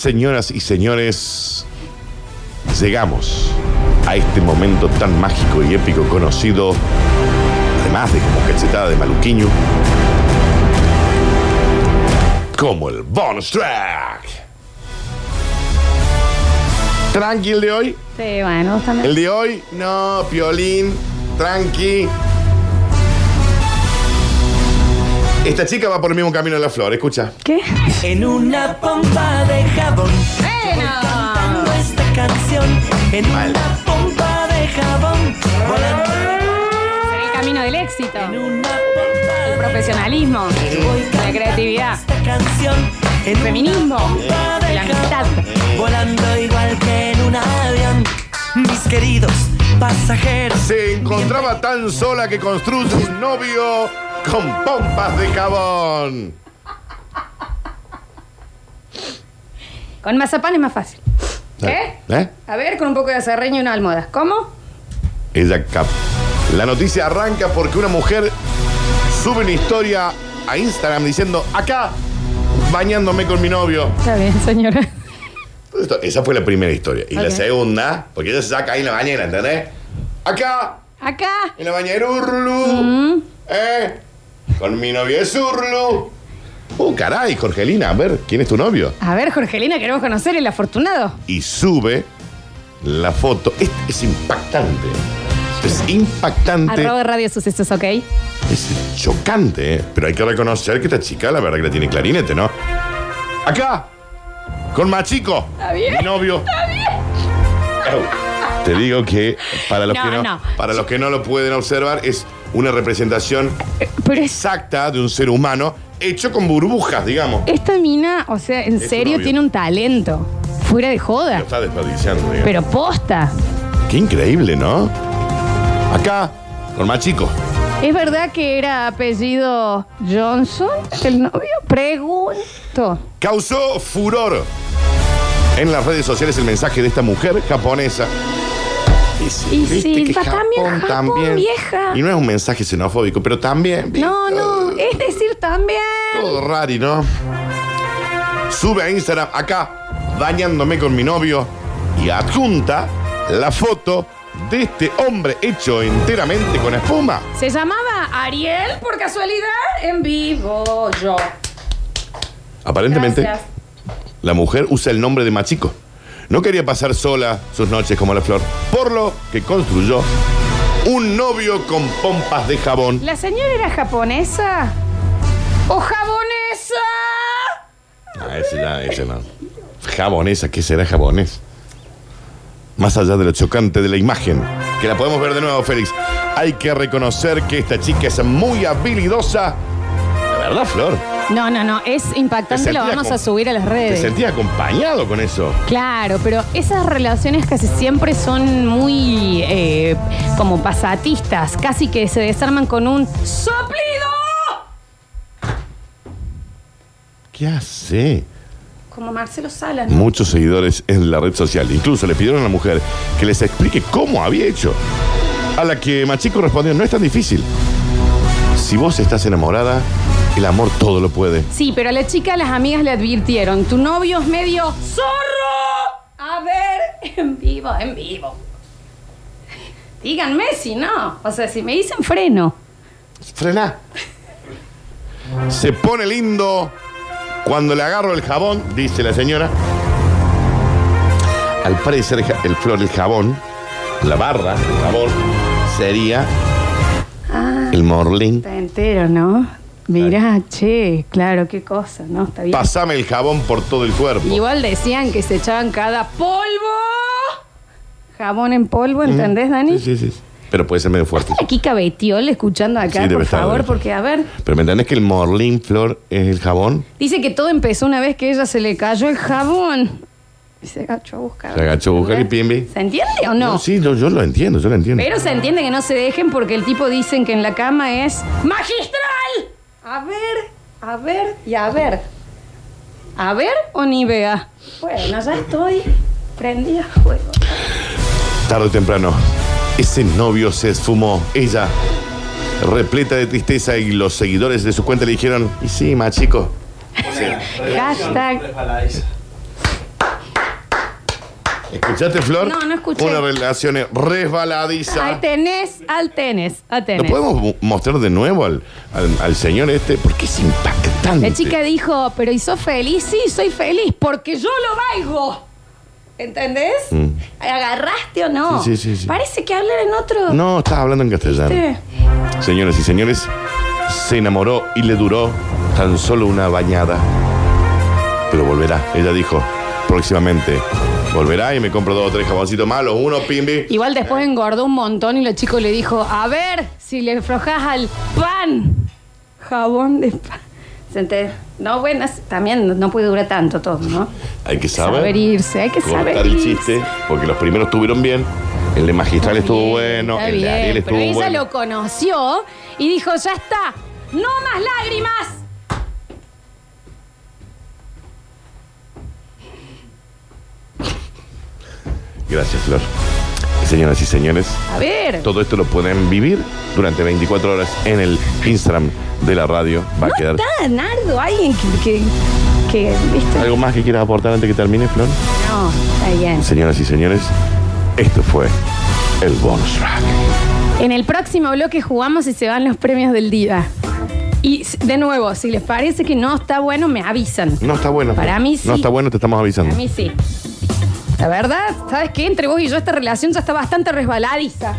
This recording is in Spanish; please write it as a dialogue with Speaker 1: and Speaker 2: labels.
Speaker 1: Señoras y señores, llegamos a este momento tan mágico y épico conocido, además de como cachetada de maluquiño, como el bonus track. Tranqui el de hoy,
Speaker 2: Sí, bueno, vos también.
Speaker 1: el de hoy, no, piolín, tranqui. Esta chica va por el mismo camino de la flor, escucha.
Speaker 2: ¿Qué?
Speaker 3: En una pompa de jabón.
Speaker 2: ¡Bueno!
Speaker 3: Cantando esta canción. En
Speaker 1: Mal.
Speaker 3: una pompa de jabón. Volando.
Speaker 2: Será el camino del éxito,
Speaker 3: En
Speaker 2: el
Speaker 3: una pompa de
Speaker 2: profesionalismo, la creatividad,
Speaker 3: esta canción.
Speaker 2: el
Speaker 3: En
Speaker 2: feminismo,
Speaker 3: una pompa de
Speaker 2: la amistad.
Speaker 3: jabón. Volando igual que en un avión. Mis queridos pasajeros.
Speaker 1: Se encontraba tan sola que construye un novio con pompas de jabón.
Speaker 2: Con mazapán es más fácil. ¿Qué?
Speaker 1: ¿Eh?
Speaker 2: A ver, con un poco de acerreño y una almohada. ¿Cómo?
Speaker 1: Ella cap. La noticia arranca porque una mujer sube una historia a Instagram diciendo, acá, bañándome con mi novio.
Speaker 2: Está bien, señora.
Speaker 1: Entonces, esto- esa fue la primera historia. Y la
Speaker 2: Ok.
Speaker 1: segunda, porque ella se saca ahí en la bañera, ¿entendés? Acá,
Speaker 2: Acá.
Speaker 1: en la bañera Urlu.
Speaker 2: Mm.
Speaker 1: ¿Eh? Con mi novio es Urlu. Uh, caray, Jorgelina, a ver, ¿quién es tu novio?
Speaker 2: A ver, Jorgelina, queremos conocer el afortunado.
Speaker 1: y sube la foto. Es, es impactante. Es impactante.
Speaker 2: Arroba Radio Sucesos, ¿ok?
Speaker 1: Es chocante, ¿eh? pero hay que reconocer que esta chica, la verdad, que la tiene clarinete, ¿no? Acá, con Machico.
Speaker 2: Está bien,
Speaker 1: Mi novio. Au. Te digo que para los
Speaker 2: No,
Speaker 1: que no,
Speaker 2: no.
Speaker 1: para los que no lo pueden observar es una representación
Speaker 2: Eh, Pero es-
Speaker 1: exacta de un ser humano hecho con burbujas, digamos.
Speaker 2: esta mina, o sea, en
Speaker 1: tu
Speaker 2: serio
Speaker 1: novio.
Speaker 2: tiene un talento. Fuera de joda.
Speaker 1: Lo está desperdiciando, digamos.
Speaker 2: Pero posta.
Speaker 1: Qué increíble, ¿no? Acá, con Machico.
Speaker 2: ¿Es verdad que era apellido Johnson el novio? Pregunto.
Speaker 1: Causó furor en las redes sociales el mensaje de esta mujer japonesa. Y sí,
Speaker 2: Y
Speaker 1: viste
Speaker 2: sí,
Speaker 1: que
Speaker 2: va también Japón, vieja.
Speaker 1: Y no es un mensaje xenofóbico, pero también. ¿viste?
Speaker 2: No, no, es decir también.
Speaker 1: Todo raro, ¿no? Sube a Instagram acá, bañándome con mi novio y adjunta la foto de este hombre hecho enteramente con espuma.
Speaker 2: Se llamaba Ariel por casualidad en vivo yo.
Speaker 1: Aparentemente.
Speaker 2: Gracias.
Speaker 1: La mujer usa el nombre de Machico. No quería pasar sola sus noches como la flor, por lo que construyó un novio con pompas de jabón.
Speaker 2: ¿La señora era japonesa? ¡O japonesa!
Speaker 1: Ah, ese ya, ese no. Jabonesa, ¿qué será jabonés? Más allá de lo chocante de la imagen, que la podemos ver de nuevo, Félix, hay que reconocer que esta chica es muy habilidosa. La verdad, Flor.
Speaker 2: No, no, no, es
Speaker 1: te
Speaker 2: impactante, lo
Speaker 1: sentías
Speaker 2: vamos
Speaker 1: con-
Speaker 2: a subir a las
Speaker 1: Te
Speaker 2: redes.
Speaker 1: sentía acompañado con eso.
Speaker 2: Claro, pero esas relaciones casi siempre son muy eh, como pasatistas, casi que se desarman con un soplido.
Speaker 1: ¿Qué hace?
Speaker 2: Como Marcelo Salas. ¿no?
Speaker 1: muchos seguidores en la red social. Incluso le pidieron a la mujer que les explique cómo había hecho. A la que Machico respondió, no es tan difícil. Si vos estás enamorada, el amor todo lo puede.
Speaker 2: Sí, pero a la chica las amigas le advirtieron, tu novio es medio zorro. A ver, en vivo, en vivo. Díganme si no. O sea, si me dicen freno.
Speaker 1: Frená. Se pone lindo cuando le agarro el jabón, dice la señora. Al parecer ja- el flor, el jabón, la barra, el jabón, sería el morlín.
Speaker 2: Está entero, ¿no? Mirá, che, claro, qué cosa, ¿no? Está bien.
Speaker 1: Pasame el jabón por todo el cuerpo.
Speaker 2: Igual decían que se echaban cada polvo. Jabón en polvo, ¿entendés, Dani?
Speaker 1: Sí, sí, sí. Pero puede ser medio fuerte.
Speaker 2: Está Kika Betiol escuchando
Speaker 1: Sí,
Speaker 2: acá,
Speaker 1: debe
Speaker 2: por
Speaker 1: estar,
Speaker 2: favor,
Speaker 1: debe estar.
Speaker 2: porque a ver.
Speaker 1: Pero ¿me entendés que el morlín flor es el jabón?
Speaker 2: Dice que todo empezó una vez que ella se le cayó el jabón. Y se agachó a buscar.
Speaker 1: Se agachó a buscar y pimbi.
Speaker 2: ¿Se entiende o no?
Speaker 1: sí, yo, yo lo entiendo, yo lo entiendo.
Speaker 2: Pero se entiende que no se dejen porque el tipo dicen que en la cama es magistral. A ver, a ver y a ver. A ver o ni vea. Bueno, ya estoy prendida a juego.
Speaker 1: Tarde o temprano, ese novio se esfumó. Ella, repleta de tristeza, y los seguidores de su cuenta le dijeron, y sí, machico.
Speaker 2: Hashtag.
Speaker 1: ¿Escuchaste, Flor?
Speaker 2: No, no escuché.
Speaker 1: Una relación resbaladiza.
Speaker 2: Ahí tenés, al tenés, al
Speaker 1: ¿Lo
Speaker 2: tenés.
Speaker 1: podemos mu- mostrar de nuevo al, al- al señor este? Porque es impactante.
Speaker 2: La chica dijo, pero ¿y sos feliz? Sí, soy feliz, porque yo lo valgo. ¿Entendés?
Speaker 1: Mm.
Speaker 2: ¿Agarraste o no?
Speaker 1: Sí, sí, sí, sí.
Speaker 2: Parece que hablar en otro...
Speaker 1: No, estás hablando en castellano.
Speaker 2: ¿Viste?
Speaker 1: Señoras y señores, se enamoró y le duró tan solo una bañada. Pero volverá, ella dijo, próximamente. Volverá y me compro dos o tres jaboncitos malos, uno pimbi.
Speaker 2: Igual después engordó un montón y los chicos le dijo, a ver si le aflojas al pan. Jabón de pan. ¿Se entiende? No, buenas, también no- no puede durar tanto todo, ¿no?
Speaker 1: Hay que saber,
Speaker 2: irse, hay que
Speaker 1: cortar
Speaker 2: saber
Speaker 1: el
Speaker 2: irse.
Speaker 1: chiste, porque los primeros estuvieron bien. El de magistral estuvo
Speaker 2: Bien,
Speaker 1: bueno,
Speaker 2: está
Speaker 1: el de Ariel
Speaker 2: bien,
Speaker 1: estuvo
Speaker 2: Pero ella
Speaker 1: bueno.
Speaker 2: lo conoció y dijo, ya está, no más lágrimas.
Speaker 1: Gracias, Flor. Señoras y señores,
Speaker 2: A ver,
Speaker 1: todo esto lo pueden vivir durante 24 horas en el Instagram de la radio. Va a
Speaker 2: no
Speaker 1: quedar.
Speaker 2: está Nardo, alguien que, que, que, viste.
Speaker 1: ¿Algo más que quieras aportar antes que termine, Flor?
Speaker 2: No, está bien.
Speaker 1: Señoras y señores, esto fue el bonus track.
Speaker 2: En el próximo bloque jugamos y se van los premios del día. Y s- de nuevo, si les parece que no está bueno, me avisan.
Speaker 1: No está bueno. pues.
Speaker 2: Para mí sí.
Speaker 1: No está bueno, te estamos avisando.
Speaker 2: A mí sí. La verdad, ¿sabes qué? Entre vos y yo esta relación ya está bastante resbaladiza.